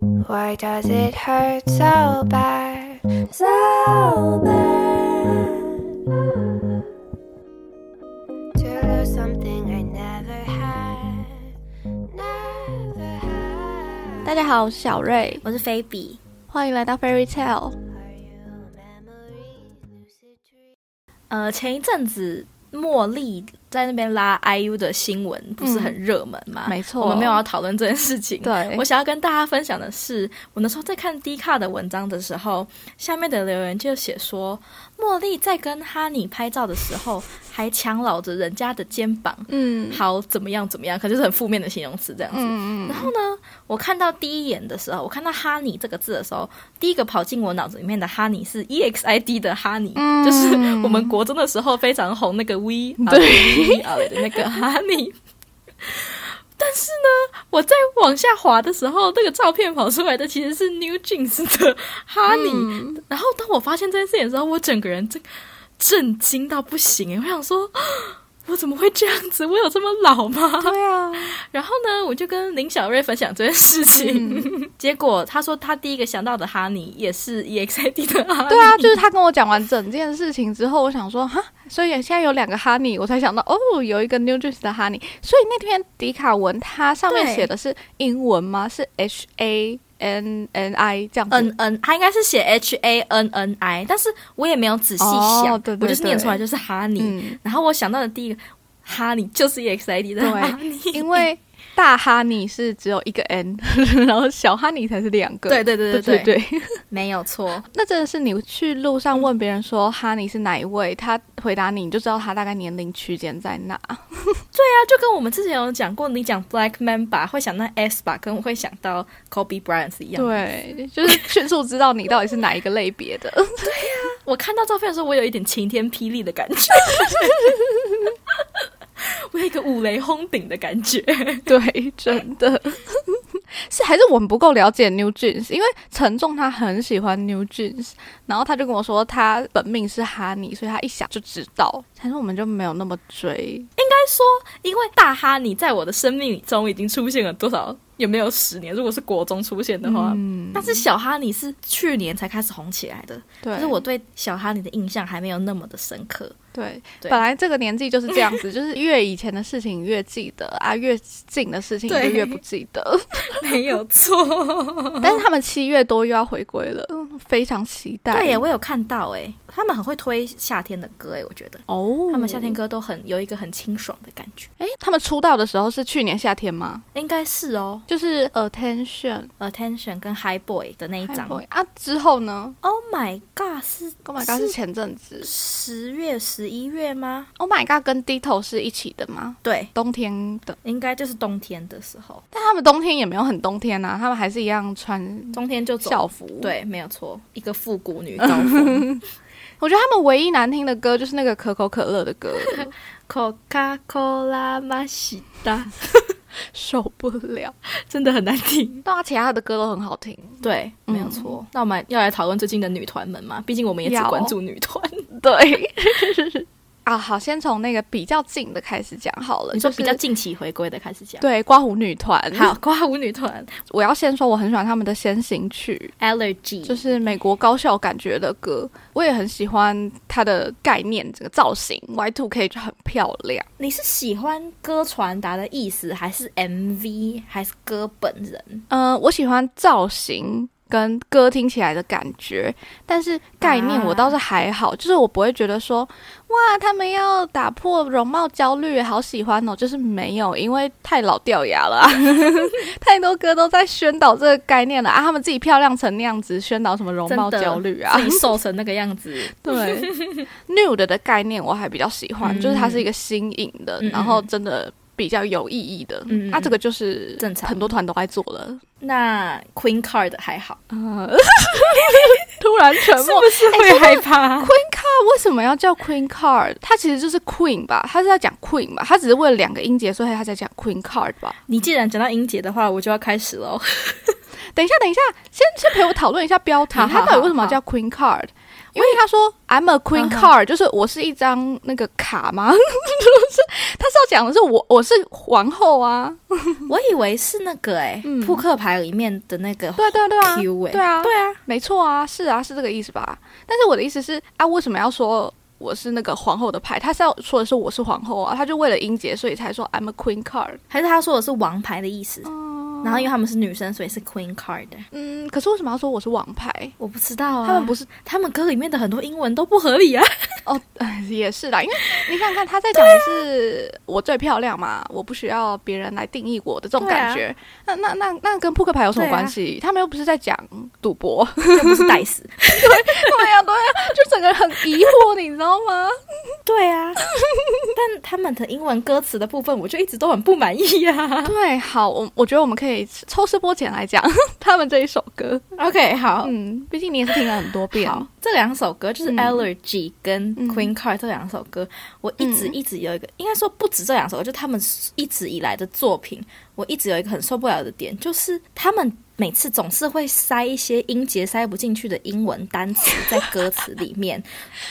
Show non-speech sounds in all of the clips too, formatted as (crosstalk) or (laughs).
Why does it hurt so bad? So bad. To lose something I never had. Never 大 had. 家好，我是小瑞，我是菲比。欢迎来到 Fairy Are Tale。you a memory? Lucid dream? 呃，前一阵子茉莉在那边拉 IU 的新闻不是很热门吗？嗯没错我们没有要讨论这件事情。对我想要跟大家分享的是，我那时候在看 D 卡的文章的时候，下面的留言就写说，茉莉在跟哈尼拍照的时候，还强搂着人家的肩膀，嗯，好怎么样怎么样，可就是很负面的形容词这样子。嗯嗯然后呢，我看到第一眼的时候，我看到“哈尼”这个字的时候，第一个跑进我脑子里面的“哈尼”是 E X I D 的“哈尼”，嗯就是我们国中的时候非常红那个 We Are We Are 的那个“哈尼”。但是呢，我在往下滑的时候，那个照片跑出来的其实是 New Jeans 的“哈尼”嗯然后当我发现这件事情的时候，我整个人震震惊到不行欸，我想说， (gasps) 我怎么会这样子？我有这么老吗？对 (laughs) 啊，然后呢，我就跟林小瑞分享这件事情，嗯 (laughs) 结果他说他第一个想到的哈尼也是 E EXID 的哈尼，对啊，就是他跟我讲完整件事情之后，我想说哈，所以现在有两个哈尼，我才想到哦，有一个 New Jeans 的哈尼。所以那篇迪卡文它上面对写的是英文吗？是 H A N N I 这样子。嗯嗯，他应该是写 H A N N I，但是我也没有仔细想，哦对对我就是念出来就是哈尼。嗯，然后我想到的第一个哈尼就是 E EXID 的哈尼，因为大哈尼是只有一个 N，然 (laughs) 后小哈尼才是两个。 (laughs) 对对对对对对，对。没有错，那真的是你去路上问别人说哈尼是哪一位，他回答你，你就知道他大概年龄区间在哪。啊那就跟我们之前有讲过，你讲 Black Mamba 会想到 S 吧，跟我会想到 Kobe Bryant 是一样的。对，就是迅速知道你到底是哪一个类别的。我看到照片的时候，我有一点晴天霹雳的感觉， (laughs) 我有一个五雷轰顶的感觉。 (laughs) 对，真的 (laughs) 是还是我们不够了解 New Jeans，因为陈仲他很喜欢 New Jeans，然后他就跟我说他本命是哈尼，所以他一想就知道，但是我们就没有那么追。因为大哈尼在我的生命中已经出现了多少？有没有十年？如果是国中出现的话，嗯，但是小哈尼是去年才开始红起来的，对，可是我对小哈尼的印象还没有那么的深刻。对，对本来这个年纪就是这样子，就是越以前的事情越记得啊，越近的事情就对嗯越不记得。没有错，但是他们七月多又要回归了，嗯非常期待。 (laughs) 对耶，我有看到哎，他们很会推夏天的歌哎，我觉得哦，他们夏天歌都很有一个很清爽的感觉，诶，他们出道的时候是去年夏天吗？应该是哦。就是 Attention Attention 跟 High Boy 的那一张 Highboy 啊，之后呢 Oh my god，是？Oh my god，是前阵子。十月、十一月吗？ Oh my god，跟 Dito 是一起的吗？对，冬天的，应该就是冬天的时候，但他们冬天也没有很冬天啊，他们还是一样穿冬天就走。校服。，对，没有错，一个复古女高 (laughs) 峰。我觉得他们唯一难听的歌就是那个可口可乐的 (laughs) 歌， Coca Cola m a s h 受不了。真的很难听。对啊，其他的歌都很好听。对，没有嗯错。那我们要来讨论最近的女团们嘛？毕竟我们也只要关注女团。对， (laughs) 啊，好，先从那个比较近的开始讲好了。你说就是比较近期回归的开始讲。对刮胡女团，好，，瓜舞女团我要先说我很喜欢他们的先行曲， Allergy，就是美国高校感觉的歌，我也很喜欢它的概念，这个造型 Y Two K 就很漂亮。你是喜欢歌传达的意思，还是 MV，还是歌本人？嗯、我喜欢造型。跟歌听起来的感觉，但是概念啊我倒是还好，就是我不会觉得说，哇，他们要打破容貌焦虑，好喜欢哦，就是没有，因为太老掉牙了、 (laughs) 啊，太多歌都在宣导这个概念了啊，他们自己漂亮成那样子，宣导什么容貌真的焦虑啊自？己瘦成那个样子， (laughs) 对，nude 的概念我还比较喜欢，嗯就是它是一个新颖的，嗯嗯然后真的比较有意义的，嗯嗯啊，这个就是正常很多团都爱做了。那 Queen Card 还好，呃， (laughs) 突然沉默。不是哎会害怕？ Queen Card 为什么要叫 Queen Card？它其实就是 Queen 吧，它是在讲 Queen 吧，它只是为了两个音节，所以它才讲 Queen Card 吧。你既然讲到英姐的话，我就要开始 (laughs) 喽。等一下，等一下，先先陪我讨论一下标题，好好它到底为什么要叫 Queen Card？因嗯为他说 I'm a Queen (laughs) Card，就是我是一张那个卡吗？就是它上讲的是我，我是皇后啊。我以为是那个哎、嗯扑克牌里面的那个对啊对啊对啊 Q 哎、对啊对啊，没错啊，是啊，是这个意思吧？但是我的意思是啊，为什么要说我是那个皇后的牌？他是要说的是我是皇后啊，他就为了音节，所以才说 I'm a queen card。还是他说的是王牌的意思。哦然后因为他们是女生，所以是 Queen Card。哎嗯，可是为什么要说我是王牌？我不知道啊，他们不是他们歌里面的很多英文都不合 (laughs) 理啊。哦，也是啦，因为你想想看，他在讲的是我最漂亮嘛，我不需要别人来定义我的这种感觉。那那那那跟扑克牌有什么对啊关系？他们又不是在讲赌博。又不是戴斯。 (laughs) 对啊呀、对呀、就整个人很疑惑，你知道吗？对啊， (laughs) 但他们的英文歌词的部分，我就一直都很不满意 (laughs) 啊。对，好，我我觉得我们可以抽丝剥茧来讲 (laughs) 他们这一首歌。 OK，好，嗯，毕竟你也是听了很多遍。好，这两首歌就是嗯 Allergy 跟嗯 Queen Card 这两首歌，我一直嗯一直有一个，应该说不止这两首歌，就他们一直以来的作品，我一直有一个很受不了的点，就是他们。每次总是会塞一些音节塞不进去的英文单词在歌词里面，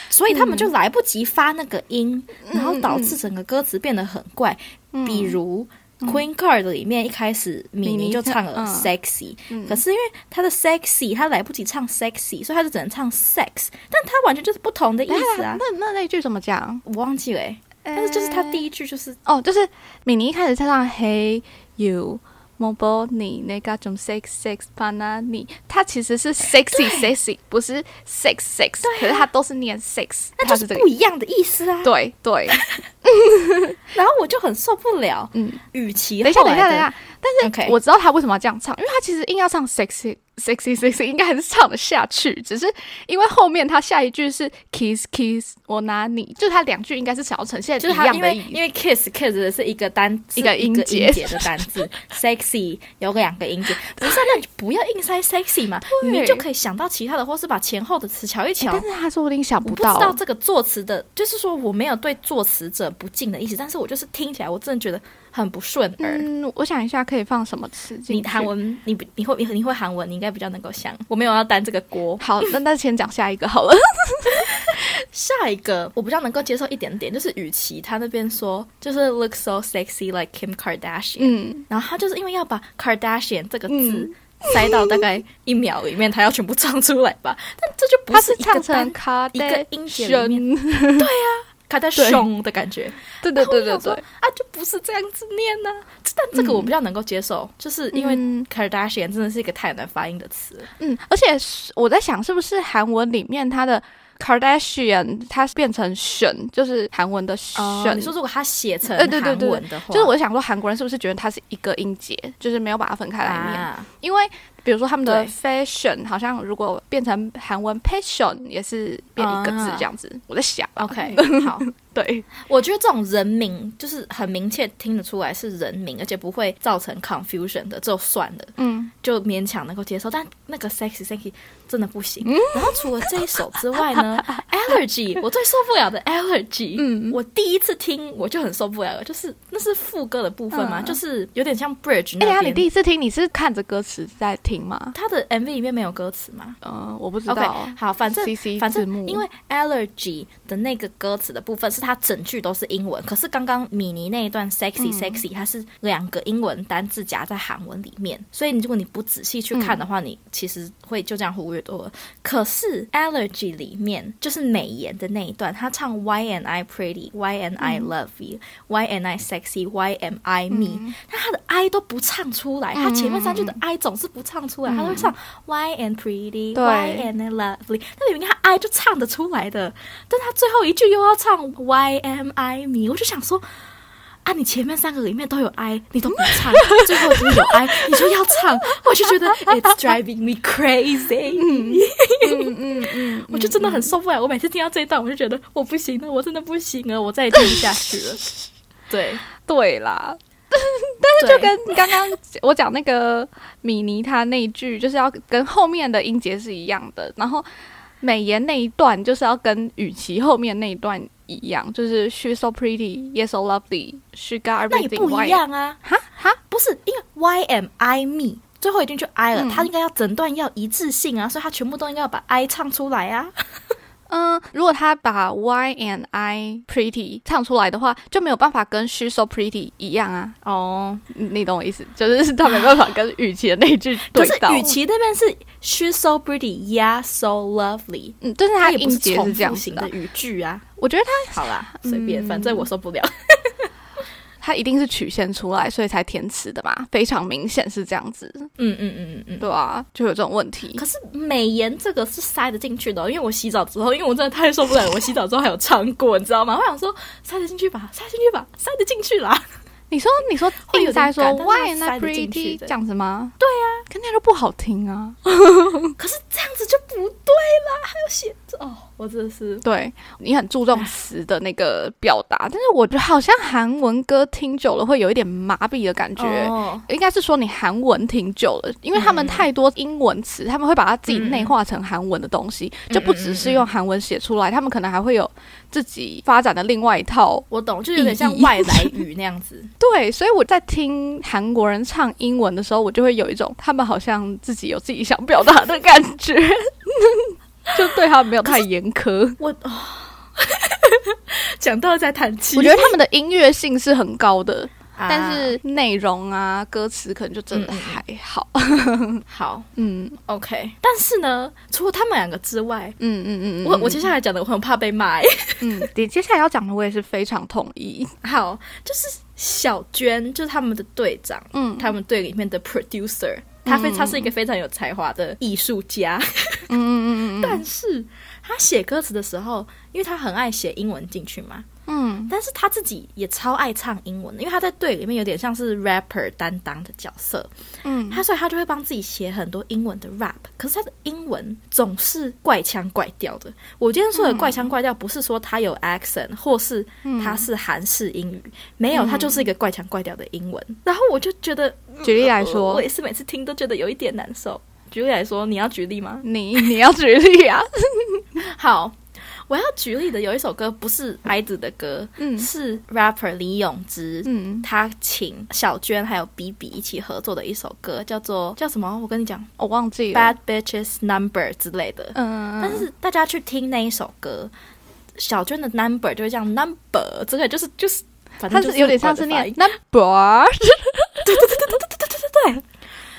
所以他嗯们就来不及发那个音，然后导致整个歌词变得很怪。嗯比如 Queen Card 里面一开始米妮妮就唱唱了嗯 sexy，、嗯可是因为她的 sexy 她来不及唱 sexy，所以她就只能唱 sex，但她完全就是不同的意等一思下啊那！那那一句怎么讲？我忘记了、欸，但是就是她第一句就是哦，就是米妮一开始唱上 Hey you。m o b o n i 那个种 sex sex banana，它其实是 sexy sexy，不是 sex sex，、可是它都是念 sex，那它就是这不个，一样的意思啊！对对，然后我就很受不了，嗯，与其等一下，后等一来下，等的一下。但是 OK 我知道他为什么要这样唱，因为他其实硬要唱 sexy sexy sexy，应该还是唱得下去，只是因为后面他下一句是 kiss kiss，我拿你，就是他两句应该是想要呈现就是一他样因的为意因思。为 kiss kiss 的是一个单一个是音音节的单字，sexy 有个两个音节，不是啊那你就不要硬塞 sexy 嘛，对你就可以想到其他的，或是把前后的词瞧一瞧哎但。是他说不定想我不知到，道这个作词的，就是说我没有对作词者不敬的意思，但是我就是听起来我真的觉得很不顺耳。嗯，我想一下可以放什么词进你去韩文，你不你会你你会韩文，你应该比较能够想。我没有要担这个锅。好，那那先讲下一个好 (laughs) 了。下一个我比较能够接受一点点，就是雨琦她那边说，就是 look so sexy like Kim Kardashian，、嗯，然后她就是因为要把 Kardashian 这个字嗯塞到大概一秒里面，她要全部唱出来吧？但这就不他是一唱个单成卡一个音节里面 Kardashian 的感觉。 (laughs) 对对对对然后我想说对，啊，就不是这样子念呢、这但这个我比较能够接受，就是因为嗯 Kardashian 真的是一个太难发音的词。嗯，而且是我在想，是不是韩文里面它的 Kardashian 它变成选，就是韩文的选。哦你说如果他写成对哦呃对对韩对文的话，就是我想说，韩国人是不是觉得它是一个音节，就是没有把它分开来念？啊，因为比如说他们的对 fashion 好像如果变成韩文 passion 也是变一个字啊哦这样子。我在想啊 (laughs) OK 好，对，我觉得这种人名就是很明确听得出来是人名，而且不会造成 confusion 的，就算了，嗯，就勉强能够接受。但那个 sexy sexy 真的不行。嗯然后除了这一首之外 (laughs) 呢，allergy 我最受不了的 allergy，嗯我第一次听我就很受不了了，就是那是副歌的部分嘛，嗯就是有点像 bridge 那哎、呀，边。你第一次听你是看着歌词在听吗？他的 MV 里面没有歌词吗？嗯、我不知 OK，道。好，反正 CC 反字幕正因为 allergy 的那个歌词的部分是它整句都是英文，可是刚刚米妮那一段嗯 sexy sexy 它是两个英文单字夹在韩文里面，所以你如果你不仔细去看的话，你其实会就这样忽略多了。可是 allergy 里面就是美颜的那一段，他唱 Why am I pretty? Why am 嗯 I love you? Why am I sexy? Why am I 嗯 me？那他的 I 都不唱出来，他前面三句的 I 总是不唱出来，他都会唱 Why am pretty? 嗯对 Why am I lovely？那明明他 I 就唱得出来的，但他最后一句又要唱 Why am I me？我就想说。啊！你前面三个里面都有 I，你都不唱，最后一句有 I，你就要 (laughs) 唱，我就觉得 It's driving me crazy。嗯嗯嗯， (laughs) 我就真的很受不了。我每次听到这一段，我就觉得我不行了，我真的不行了，我再也听不下去 (laughs) 了。对，对啦，但就跟刚刚我讲那个米妮她那一句，就是要跟后面的音节是一样的，然后美颜那一段就是要跟雨琦后面那一段一样，就是 she's so pretty, yes so lovely, she got 那也 everything 不 right。一样啊，哈哈，不是因为 Why am I me？最后一定就 I 了，嗯他应该要整段要一致性啊，所以他全部都应该要把 I 唱出来啊。嗯，如果他把 Why and I Pretty 唱出来的话，就没有办法跟 She's so pretty 一样啊。哦，你懂我意思，就是他没办法跟雨琦的那一句可对是到。雨琦那边是 she's so pretty, yeah, so lovely，嗯，但是它他也音不是节是重这样复子型的的啊。语句啊。我觉得他 (laughs) 好啦，随便，嗯反正我受不了。他一定是曲线出来，所以才填词的嘛，非常明显是这样子。嗯嗯嗯嗯对啊，就有这种问题嗯。可。是美颜这个是塞得进去的哦、因为我洗澡之后，因为我真的太受不了，我洗澡之后还有唱过，你知道吗？我想说塞得进去吧，塞得进去吧，塞得进去啦。你说，你说会有硬塞点说赶但是 Why am 塞 I 得进去 pretty 的这样子吗？对啊，可那样就不好听啊。可是这样子就不对啦，还有写这哦，我真的是对你很注重词的那个表达，但是我觉得好像韩文歌听久了会有一点麻痹的感觉。哦嗯应该是说你韩文听久了，因为他们太多英文词，他们会把它自己内化成韩文的东西，就不只是用韩文写出来，他们可能还会有自己发展的另外一套。我懂，就有点像意义外来语那样子。对，所以我在听韩国人唱英文的时候，我就会有一种他们好像自己有自己想表达的感觉， (laughs) 就对他们没有太严苛。 (laughs) 我哦， (laughs) 讲到在叹气，我觉得他们的音乐性是很高的，啊但是内容啊、歌词可能就真的嗯嗯还好。好嗯，OK。但是呢，除了他们两个之外，嗯嗯嗯，我我接下来讲的我很怕被骂、欸。 (laughs) 嗯，你接下来要讲的我也是非常同意。好，就是小娟，就是他们的队长，嗯他们队里面的 producer，他非嗯他是一个非常有才华的艺术家，嗯嗯嗯嗯但是他写歌词的时候，因为他很爱写英文进去嘛，嗯，但是他自己也超爱唱英文的，因为他在队里面有点像是 rapper 担当的角色，嗯他所以他就会帮自己写很多英文的 rap，可是他的英文总是怪腔怪调的。我今天说的怪腔怪调，不是说他有 accent 或是嗯他是韩式英语，没有，他就是一个怪腔怪调的英文。然后我就觉得，举例嗯来我说我也，是每次听都觉得有一点难受。举例来说，你要举例吗？你你要举例 (laughs) 啊？好，我要举例的有一首歌不是 i 子的歌，嗯是 rapper 李永芝，嗯，他请小娟还有 B B 一起合作的一首歌，叫做叫什么？我跟你讲我忘记了。 ，Bad Bitches Number 之类的。嗯，但是大家去听那一首歌，小娟的 Number 就是这样 Number 之类，就是就是，反它正就是有点像是念 number， (laughs) 对，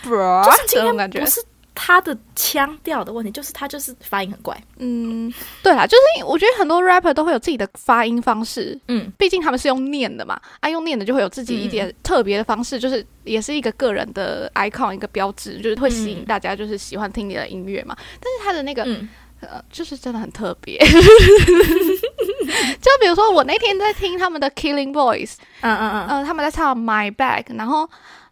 bra 就是啊这今种天感觉不。是他的腔调的问题，就是他就是发音很怪。嗯，对啦，就是我觉得很多 rapper 都会有自己的发音方式，嗯，毕竟他们是用念的嘛，啊，用念的就会有自己一点特别的方式，就是也是一个个人的 icon，一个标志，就是会吸引嗯大家就是喜欢听你的音乐嘛。但是他的那个、嗯呃，就是真的很特别。 (laughs) 就比如说我那天在听他们的 Killing Boys，嗯嗯嗯，呃，他们在唱 My Bag，然后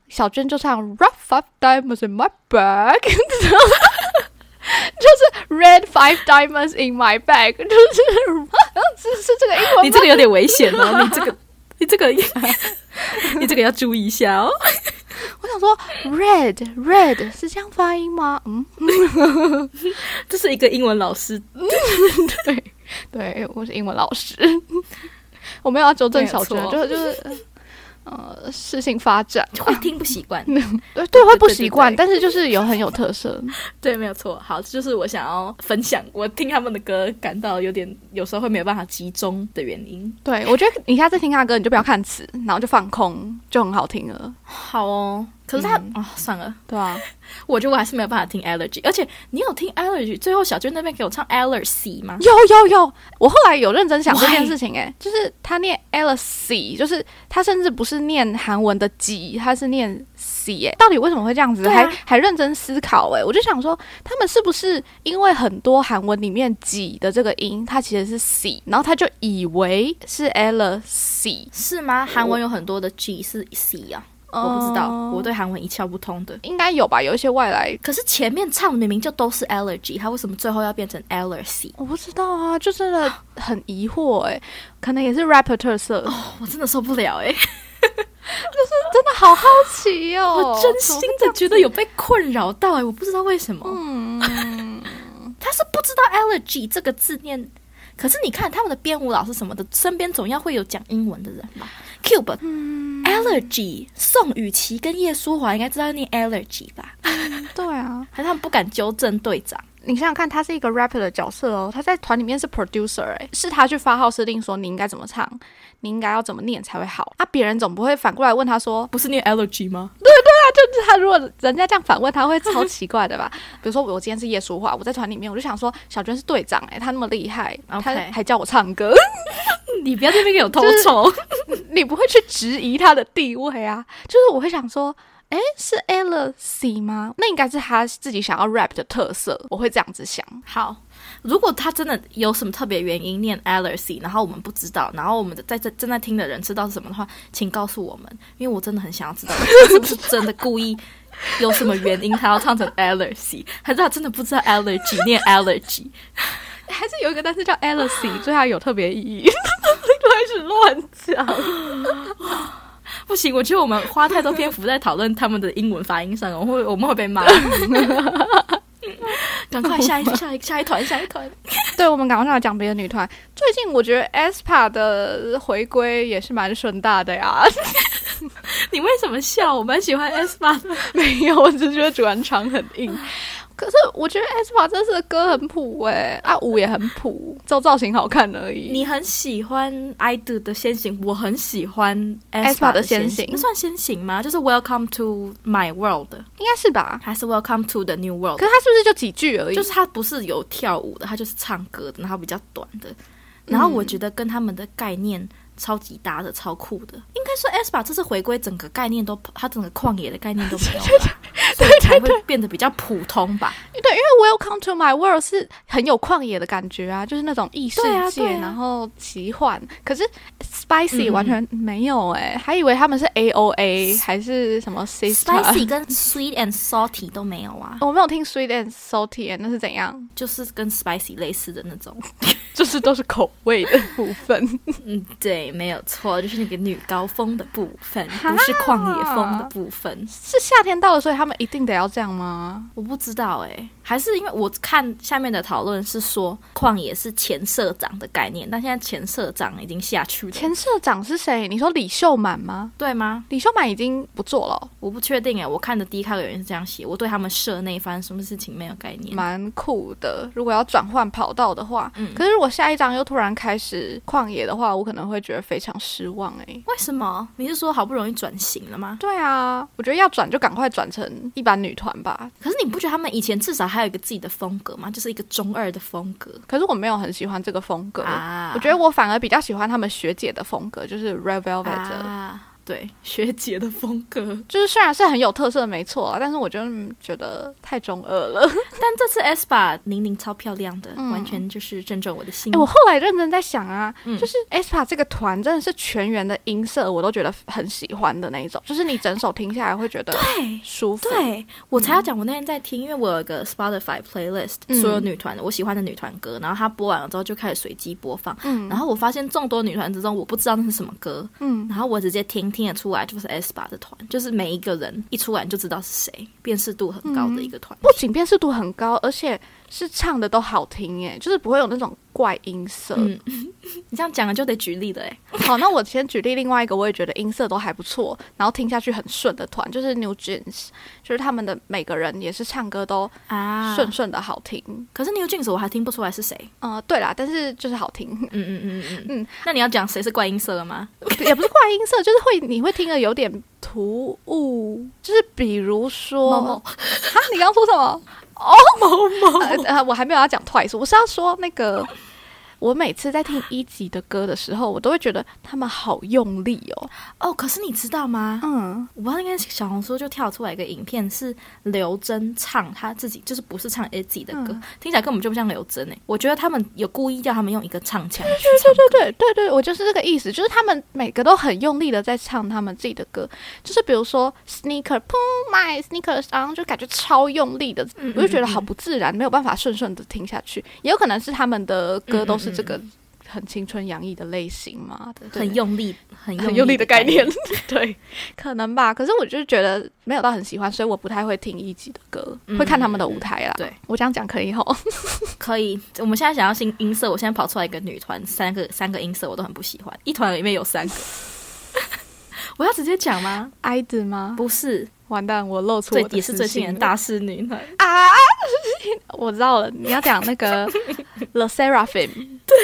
小娟就唱 Rough Five Diamonds in My Bag，就是 Red Five Diamonds in My Bag，就是是是这个英文你吗？这个有点危险哦，你这个你这个 (laughs) 你这个要注意一下哦。我想说 Red Red 是这样发音吗？嗯，这是一个英文老师对对，我是英文老师， (laughs) 我没有要纠正没有小娟，错就是就是呃呃事情发展，会听不习惯。呃对会不对对习惯，对但是就是有很有特色。对，没有错。好，这就是我想要分享，我听他们的歌感到有点有时候会没有办法集中的原因。对，我觉得你下次听他歌，你就不要看词，然后就放空，就很好听了。好哦，可是他啊、算了，对啊，我觉得我还是没有办法听 Allergy。而且你有听 Allergy 最后小娟那边给我唱 Allergy 吗？有有有，我后来有认真想这件 Why？事情、欸，就是他念 Alice，就是他甚至不是念韩文的吉，他是念 C，哎、到底为什么会这样子？对啊还还认真思考、欸，哎，我就想说，他们是不是因为很多韩文里面吉的这个音，它其实是 C，然后他就以为是 Alice，是吗？韩文有很多的 G 是 C 啊，我不知道，嗯我对韩文一窍不通的。应该有吧，有一些外来可是前面唱的明明就都是 Allergy，他为什么最后要变成 Allergy？我不知道啊，就真的 (gasps) 很疑惑哎、可能也是 rapper 特色，真我真的受不了哎、的好好奇哦，我真心的觉得有被困扰到哎、我不知道为什么。嗯，他是不知道 allergy 这个字念，可是你看他们的编舞老师什么的，身边总要会有讲英文的人吧？Cube、allergy，宋雨琦跟叶舒华应该知道念 allergy 吧？ (laughs) 对啊，还是他们不敢纠正队长？你想想看，他是一个 rapper 的角色哦，他在团里面是 producer，哎、是他去发号施令说你应该怎么唱，你应该要怎么念才会好啊。别人总不会反过来问他 (laughs) 说，不是念 allergy 吗？就是他如果人家这样反问，他会超奇怪 (laughs) 的吧？比如说我今天是叶淑华，我在团里面，我就想说小娟是队长、哎，她那么厉害，她 OK 还教我唱歌， (laughs) 你不要在那边给我偷丑。你不会去质疑她的地位啊？就是我会想说。哎，是 Alice 吗？那应该是他自己想要 rap 的特色，我会这样子想。好，如果他真的有什么特别原因念 allergy，然后我们不知道，然后我们在这正在听的人知道是什么的话，请告诉我们，因为我真的很想要知道他是不是真的故意。有什么原因他要唱成 allergy，还是他真的不知道 allergy 念 allergy？还是有一个单词叫 (gasps) Alice，对它有特别意义。 (laughs) 开始乱讲，不行，我觉得我们花太多篇幅在讨论他们的英文发音上，我会我们会被骂。赶快下一下一下一团下一团， (laughs) 对我们赶快来讲别的女团。最近我觉得 aespa 的回归也是蛮顺大的 (laughs) 呀，你为什么笑？我蛮喜欢 S 八的。没有，我只是觉得主人场很硬。可是我觉得 aespa 这次的歌很普哎、啊舞也很普，就造型好看而已。你很喜欢 I Do 的先行，我很喜欢 aespa aespa 的的先先行行，那算先行吗？就是 Welcome to My World，应该是吧？还是 Welcome to the New 可 World？是它是不是就几句而已？就是它不是有跳舞的，它就是唱歌的，然后比较短的。然后我觉得跟他们的概念超级搭的，超酷的。应该说 aespa 这次回归，整个概念都，它整个旷野的概念都没有 (laughs) 了，所以才会变得比较普通吧。对，因为 Welcome to My World 是很有旷野的感觉啊，就是那种异世界，对啊对啊然后奇幻。可是 Spicy 完全没有哎、还以为他们是 A O A 还是什么 Sister。 (laughs) Spicy 跟 Sweet and Salty 都没有啊，我没有听 Sweet and Salty，欸那是怎样？ (laughs) 就是跟 Spicy 类似的那种。就是都是口味 (laughs) 的部分。嗯，对，没有错，就是那个女高峰的部分，哈不是旷野风的部分。是夏天到了，所以他们一定得要这样吗？我不知道哎、还是因为我看下面的讨论是说旷野是前社长的概念，但现在前社长已经下去了，前社长是谁？你说李秀满吗？对吗？李秀满已经不做了哦、我不确定哎、我看的第一看有人是这样写，我对他们社内发生什么事情没有概念。蛮酷的。如果要转换跑道的话，嗯可是如果下一章又突然开始旷野的话，我可能会觉得非常失望诶、为什么？你是说好不容易转型了吗？对啊，我觉得要转就赶快转成一般女团吧。可是你不觉得他们以前至少还有一个自己的风格吗？就是一个中二的风格可是我没有很喜欢这个风格，啊我觉得我反而比较喜欢他们学姐的风格，就是 Red Velvet 的。啊，对，学姐的风格。就是虽然是很有特色，没错啦，但是我就嗯觉得太中二了。但这次 S 把宁宁超漂亮的，嗯完全就是正中我的心。 (laughs) 哎、我后来认真在想啊，嗯就是 aespa 这个团真的是全员的音色我都觉得很喜欢的那一种，就是你整首听下来会觉得对舒服。对，我才要讲，我那天在听，因为我有一个 Spotify playlist，、嗯所有女团我喜欢的女团歌，然后它播完了之后就开始随机播放。嗯然后我发现众多女团之中，我不知道那是什么歌，嗯，然后我直接听听得出来就是 S 把的团，就是每一个人一出来你就知道是谁，辨识度很高的一个团。不仅辨识度很高，而且是唱的都好听耶，就是不会有那种怪音色。嗯，你这样讲了就得举例了哎、好，那我先举例另外一个，我也觉得音色都还不错，然后听下去很顺的团，就是 New Jeans，就是他们的每个人也是唱歌都啊顺顺的好听。可是 New Jeans 我还听不出来是谁。呃，对啦，但是就是好听，嗯嗯嗯嗯嗯嗯。那你要讲谁是怪音色了吗？也不是怪音色，就是会你会听得有点突兀，就是比如说，某 (laughs) 某哈，啊你刚刚说什么？哦，某某，呃，我还没有要讲 Twice，我是要说那个，我每次在听一级的歌的时候，我都会觉得他们好用力哦。哦，可是你知道吗？嗯，我不知道，应该是小红书就跳出来一个影片，是刘真唱她自己，就是不是唱 A 自己的歌，嗯听起来根本就不像刘真哎、我觉得他们有故意叫他们用一个唱 (laughs) 腔去对唱歌对对对对，我就是这个意思，就是他们每个都很用力的在唱他们自己的歌，就是比如说 Sneaker Pull My Sneakers On，就感觉超用力的，嗯嗯我就觉得好不自然，没有办法顺顺的听下去。也有可能是他们嗯的歌都是这个很青春洋溢的类型嘛，对对很用力，很用很用力的概念念。，对，可能吧。可是我就是觉得没有到很喜欢，所以我不太会听一级的歌，会看他们的舞台啦。嗯对我这样讲可以哦 (laughs) 吼。 (laughs) 可以，我们现在想要新音色，我现在跑出来一个女团，三个三个音色我都很不喜 (laughs) 欢，一团里面有三个。我要直接讲吗？爱子吗？不是，完蛋，我露出最我的也是私最近信的了大势女团，啊！ (laughs) 我知道了，你要讲那 (laughs) 个 The Seraphim。对，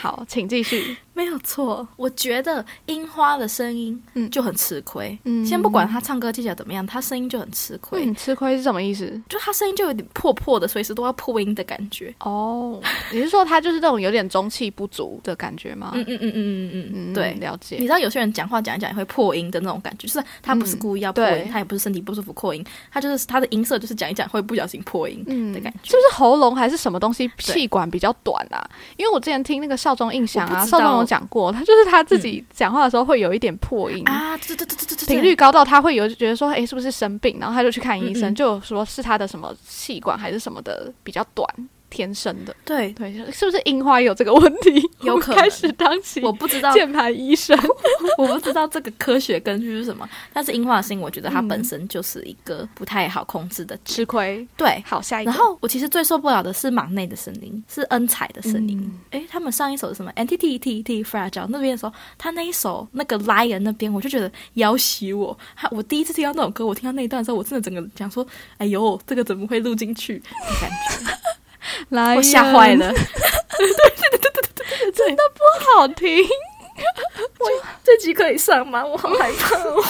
好，请继续。没有错。我觉得樱花的声音嗯就很吃亏，嗯先不管她唱歌技巧怎么样，她声音就很吃亏，嗯，吃亏是什么意思？就她声音就有点破破的，随时都要破音的感觉。哦，你是说他就是那种有点中气不足的感觉吗？嗯嗯嗯嗯嗯嗯，对。了你解。知道有些人讲话讲一讲也会破音的那种感觉，就是他不是嗯故意要破音，对他也不是身体不舒服破音，他就是他的音色就是讲一讲会不小心破音嗯的感觉。是不是喉咙还是什么东西气管比较短啊？因为我之前听那个少中印象我啊，不知道嗯少中有讲过，他就是他自己讲话的时候会有一点破音，啊，对对对对对对，频率高到他会有觉得说，哎、是不是生病？然后他就去看医生，嗯嗯就有说是他的什么气管还是什么的比较短，天生的。对，对，是不是樱花也有这个问题？有可能我开始当起我不知道，键盘医生。我不知道这个科学根据是什么，但是樱花的声音，我觉得它本身就是一个不太好控制的。吃亏。对，好，下一个。然后我其实最受不了的是忙内的声音，是恩彩的声音。诶，他们上一首是什么 N T T T T Fragile 那边的时候，他那一首那个 Lion 那边，我就觉得要挟我。他我第一次听到那首歌，我听到那一段的时候，我真的整个讲说，哎呦，这个怎么会录进去？的感觉，来，我吓坏了。不好听，这集可以上吗？我好害怕 (laughs) 哦。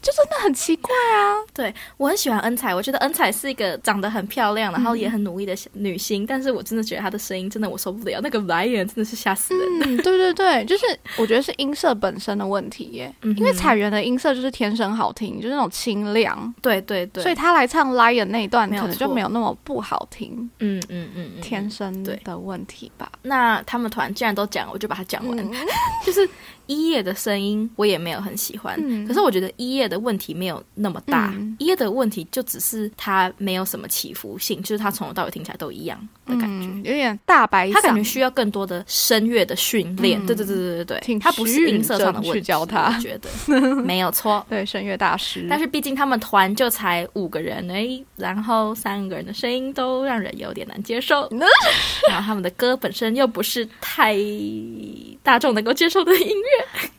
就真的很奇怪啊。对我很喜欢恩彩，我觉得恩彩是一个长得很漂亮，然后也很努力的小女星，但是我真的觉得她的声音真的我受不了，那个来源真的是吓死人。嗯，对对对，就是我觉得是音色本身的问题耶，嗯哼因为彩原的音色就是天生好听，就是那种清凉，对对对，所以他来唱 Lion 那一段没有可能就错没有那么不好听，嗯嗯嗯嗯，天生对的问题吧。那他们团既然都讲，我就把它讲完。嗯就是一叶的声音，我也没有很喜欢。嗯可是我觉得一叶的问题没有那么大，嗯一叶的问题就只是它没有什么起伏性，就是它从头到尾听起来都一样的感觉。嗯，有点大白他感觉嗓需要更多的声乐的训练，嗯对对对对对对，请他不是音色上的徐允珍问题，去教他我觉得没有错。对声乐大师，但是毕竟他们团就才五个人而已，然后三个人的声音都让人有点难接受，嗯然后他们的歌本身又不是太大众能够接受的音乐，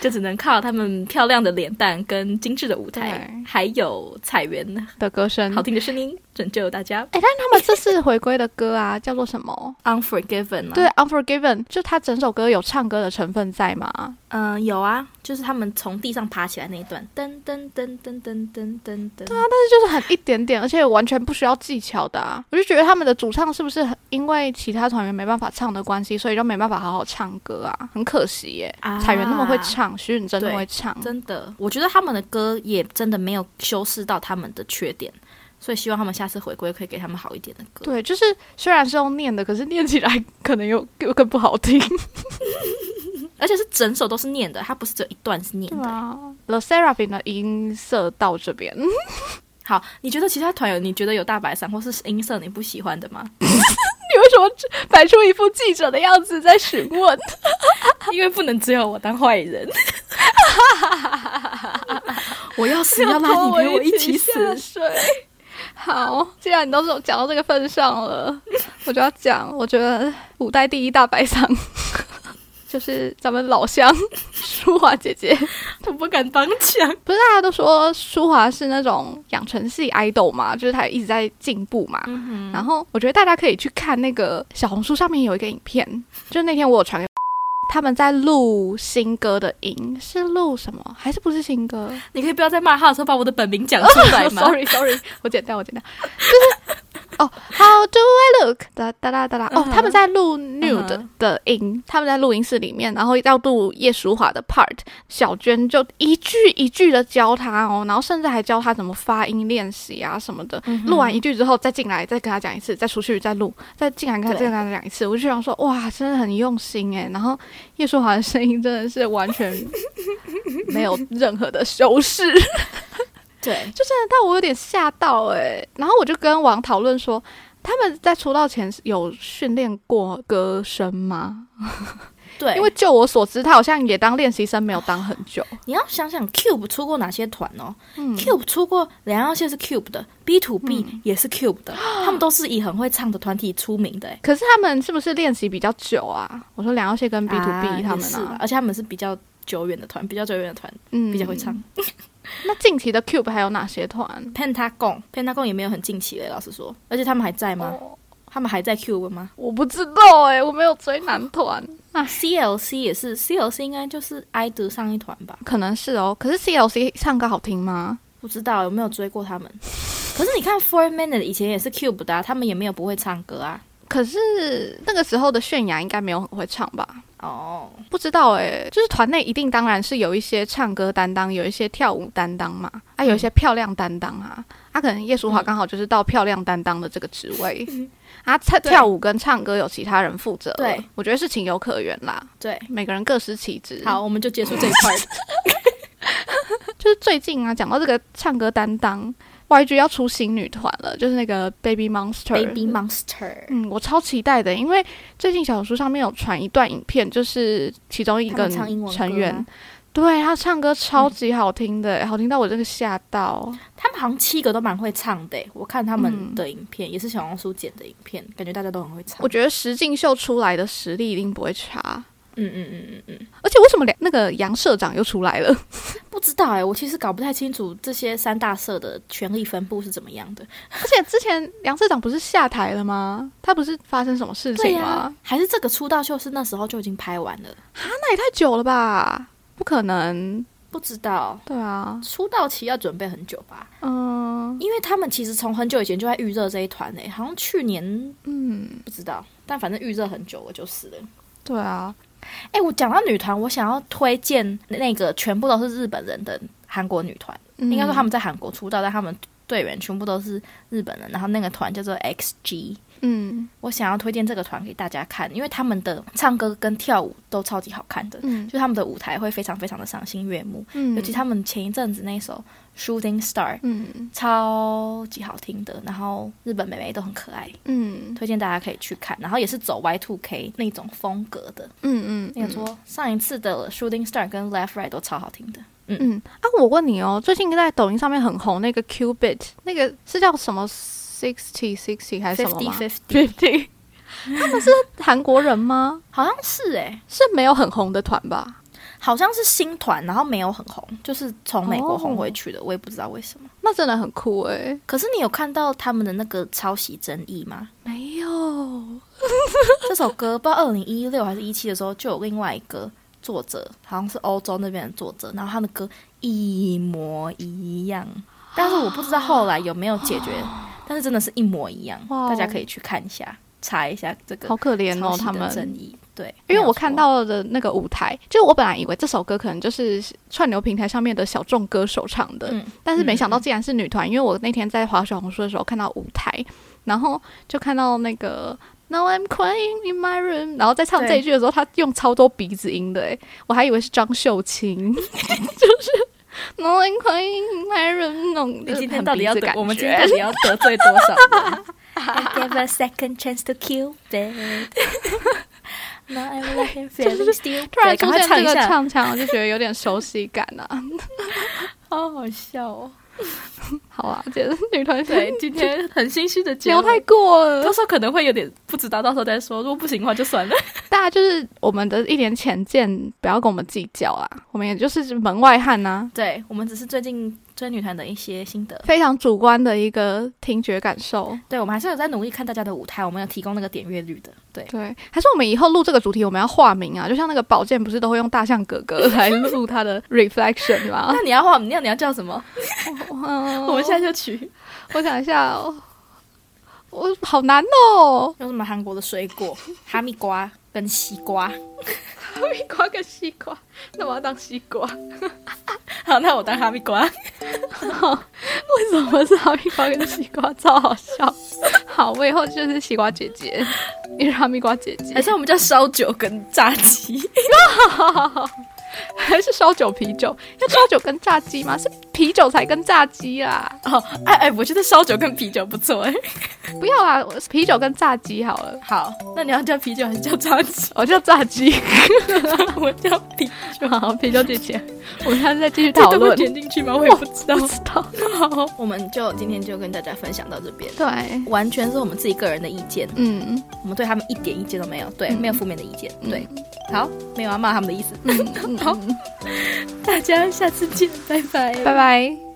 就只能靠他们漂亮的脸蛋跟精致的舞台对，嗯还有彩源的歌声好。听的声音拯救大家。哎，但是他们这次回归的歌啊，叫做什 (laughs) 么？ Unforgiven 啊，对，《Unforgiven》，就他整首歌有唱歌的成分在嘛？嗯，有啊，就是他们从地上爬起来那一段，噔噔噔噔噔噔噔噔。对啊，但是就是很一点点，而且完全不需要技巧的啊！我就觉得他们的主唱是不是很因为其他团员没办法唱的关系，所以就没办法好好唱歌啊？很可惜耶。啊彩原那么会唱，徐允真那么会唱，真的，我觉得他们的歌也真的没有修饰到他们的缺点，所以希望他们下次回归可以给他们好一点的歌。对，就是虽然是用念的，可是念起来可能又又更不好听。而且是整首都是念的，它不是只有一段是念的。啊，The Seraphim 的音色到这边， (laughs) 好，你觉得其他团友你觉得有大白嗓或是音色你不喜欢的 (laughs) 吗？你为什么只摆出一副记者的样子在询 (laughs) 问？因为不能只有我当坏人。 (laughs) 我要死，要拉你陪我一起死。下水。 (laughs) 好，既然你都是讲到这个份上了，我就要讲。我觉得五代第一大白嗓 (laughs) 就是咱们老乡 (laughs) 舒华姐姐。 (laughs) 我不敢当讲。不是大家都说舒华是那种养成系 idol 嘛，就是她一直在进步嗯嘛。然后我觉得大家可以去看那个小红书上面有一个影片，就是那天我有传给 (laughs) 他们在录新歌的音，是录什么还是不是新歌？ (laughs) 你可以不要在骂他的时候把我的本名讲出来 (laughs) 吗 sorry sorry，我剪掉我剪掉，就是哦，How do I look？哒哒哒哒哒。哦嗯，哼他们在录 nude 嗯的的音，他们在录音室里面，然后要录叶淑华的 part，小娟就一句一句的教他哦，然后甚至还教他怎么发音练习啊什么的。嗯录完一句之后再进来，再跟他讲一次，再出去再录，再进来跟他再对跟他讲一次。我就想说，哇，真的很用心哎。然后叶淑华的声音真的是完全没有任何的修饰。 (laughs) 对，就真的到我有点吓到哎、然后我就跟王讨论说，他们在出道前有训练过歌声吗？对，因为就我所知，他好像也当练习生没有当很久。你要想想 Cube 出过哪些团哦、嗯 c u b e 出过梁耀宪是 Cube 的，B to B 也是 (gasps) Cube 的，他们都是以很会唱的团体出名的、欸。可是他们是不是练习比较久啊？我说梁耀燮跟 B to 啊 B 他也们是啊，啦而且他们是比较久远的团，比较久远的团嗯比较会唱。那近期的 Cube 还有哪些团？ Pentagon，Pentagon 也没有很近期嘞，老实说，而且他们还在吗？哦他们还在 Cube 吗我不知道哎、我没有追男团， ？CLC 也是，CLC 应该就是 i d 上一团吧？可能是哦。可是 CLC 唱歌好听吗？不知道有没有追过他们。可是你看 Four Minute 以前也是 Cube 的、啊，他们也没有不会唱歌啊。可是那个时候的泫雅应该没有很会唱吧？哦、不知道哎、就是团内一定当然是有一些唱歌担当，有一些跳舞担当嘛，啊，有一些漂亮担当啊，啊，可能叶淑华嗯刚好就是到漂亮担当的这个职位，啊，跳跳舞跟唱歌有其他人负责了，对我觉得是情有可原啦，对，每个人各司其职。好，我们就结束这一 (laughs) part。就是最近啊，讲到这个唱歌担当，YG 要出新女团了，就是那个 Baby Monster。 Baby Monster，嗯，我超期待的，因为最近小书上面有传一段影片，就是其中一他个们唱英文歌吗啊成员，对他唱歌超级好听嗯的，好听到我真的吓到。他们好像七个都蛮会唱的欸。我看他嗯们的影片，也是小红书剪的影片，感觉大家都很会唱。我觉得石敬秀出来的实力一定不会差，嗯嗯嗯嗯而且为什么两那个杨社长又出来 (laughs) 了？嗯，不知道哎、我其实搞不太清楚这些三大社的权力分布是怎么样的。而且之前杨社长不是下台了吗？他不是发生什么事对情呀、吗？啊还是这个出道秀是那时候就已经拍完了？那也太久了吧？不可能，不知道，对啊，出道期要准备很久吧？嗯因为他们其实从很久以前就在预热这一团诶、好像去年嗯，不知道，但反正预热很久了就是了。对啊，哎、我讲到女团，我想要推荐那个全部都是日本人的韩国女团，应嗯该说他们在韩国出道，但他们队员全部都是日本人，然后那个团叫做 XG。嗯我想要推荐这个团给大家看，因为他们的唱歌跟跳舞都超级好看的，嗯就他们的舞台会非常非常的赏心悦目，嗯，尤其他们前一阵子那首《Shooting Star》嗯超级好听的，然后日本妹妹都很可爱，嗯推荐大家可以去看。然后也是走 Y Two K 那种风格的，嗯嗯，那个说上一次的 Shooting Star 跟 Left Right 都超好听的。嗯啊，我问你哦，最近在抖音上面很红那个 Qbit，那个是叫什么 sixty sixty 还是什么 Fifty 吗 Fifty， ？Fifty，他们是韩国人吗？好像是哎、是没有很红的团吧？好像是新团，然后没有很红，就是从美国哦红回去的，我也不知道为什么。那真的很酷诶、可是你有看到他们的那个抄袭争议 (laughs) 吗？没有，这首歌不知道二零一六还是一七的时候，就有另外一个作者，好像是欧洲那边的作者，然后他的歌一模一样，但是我不知道后来有没 (gasps) 有解决，但是真的是一模一样，哇哦大家可以去看一下，查一下这个好可怜抄哦，袭他的争们。议。对，因为没有我看错到的那个舞台，就我本来以为这首歌可能就是串流平台上面的小众歌手唱的，嗯，但是没想到竟然是女团，因为我那天在滑小红书的时候看到舞台，然后就看到那个 Now I'm crying in my room，然后在唱对这一句的时候，她用超多鼻子音的，诶，我还以为是张秀清， (laughs) 就是 Now I'm crying in my room 那种你就是今很天到底鼻要子得感，觉我们今天到底要得罪多 (laughs) 少人 (laughs) ？I gave a second chance to Cupid. (laughs) Now I'm looking very still. 突然出赶快现这一个下，唱腔，我就觉得有点熟悉感啊。 (laughs) 好好笑哦。好啊，觉得女团 (laughs) (laughs) 对，今天很心虚的结聊太尾。过了 (laughs) 到。时候可能会有点不知道，到时候再说。如果不行的话 (laughs) 就算了。大家就是我们的一点浅见，不要跟我们计较啊，我们也就是门外汉呐、啊对我们只是最近追女团的一些心得。非常主观的一个听觉感受。对，我们还是有在努力看大家的舞台，我们有提供那个点阅率的。对，对，还是我们以后录这个主题，我们要化名啊，就像那个宝剑不是都会用大象哥哥来录他的 (laughs) reflection 吗那？你要画，那你要叫什么？嗯我们现在就取 (laughs) 我想一下、哦，我好难 (laughs) 哦，有什么韩国的水果， (laughs) 哈密瓜跟西瓜。西瓜跟西瓜， (laughs) 那我要当西瓜， (laughs) 好，那我当哈密瓜。 (laughs) 为什么是哈密瓜跟西瓜？超好笑。好，我以后就是西瓜姐姐， (laughs) 你是哈密瓜姐姐，还是我们叫烧酒跟炸鸡？ (laughs) (laughs) 还是烧酒啤酒？要烧酒跟炸鸡吗？是啤酒才跟炸鸡啊。哦，哎哎，我觉得烧酒跟啤酒不错哎。不要啊，我啤酒跟炸鸡好了，好，那你要叫啤酒还是叫炸鸡？ (laughs) 我叫炸鸡， (laughs) 我叫啤酒。好，啤酒姐姐，我们现在再继续这讨都会论。卷进去吗？我也不知 (laughs) 道不。知道，好，我们就今天就跟大家分享到这边，对，完全是我们自己个人的意见，嗯我们对他们一点意见都没有，对，嗯没有负面的意见，嗯对。啊 (laughs) 好，没有要骂他们的意思。嗯，嗯好，大家下次见，拜拜，拜。拜。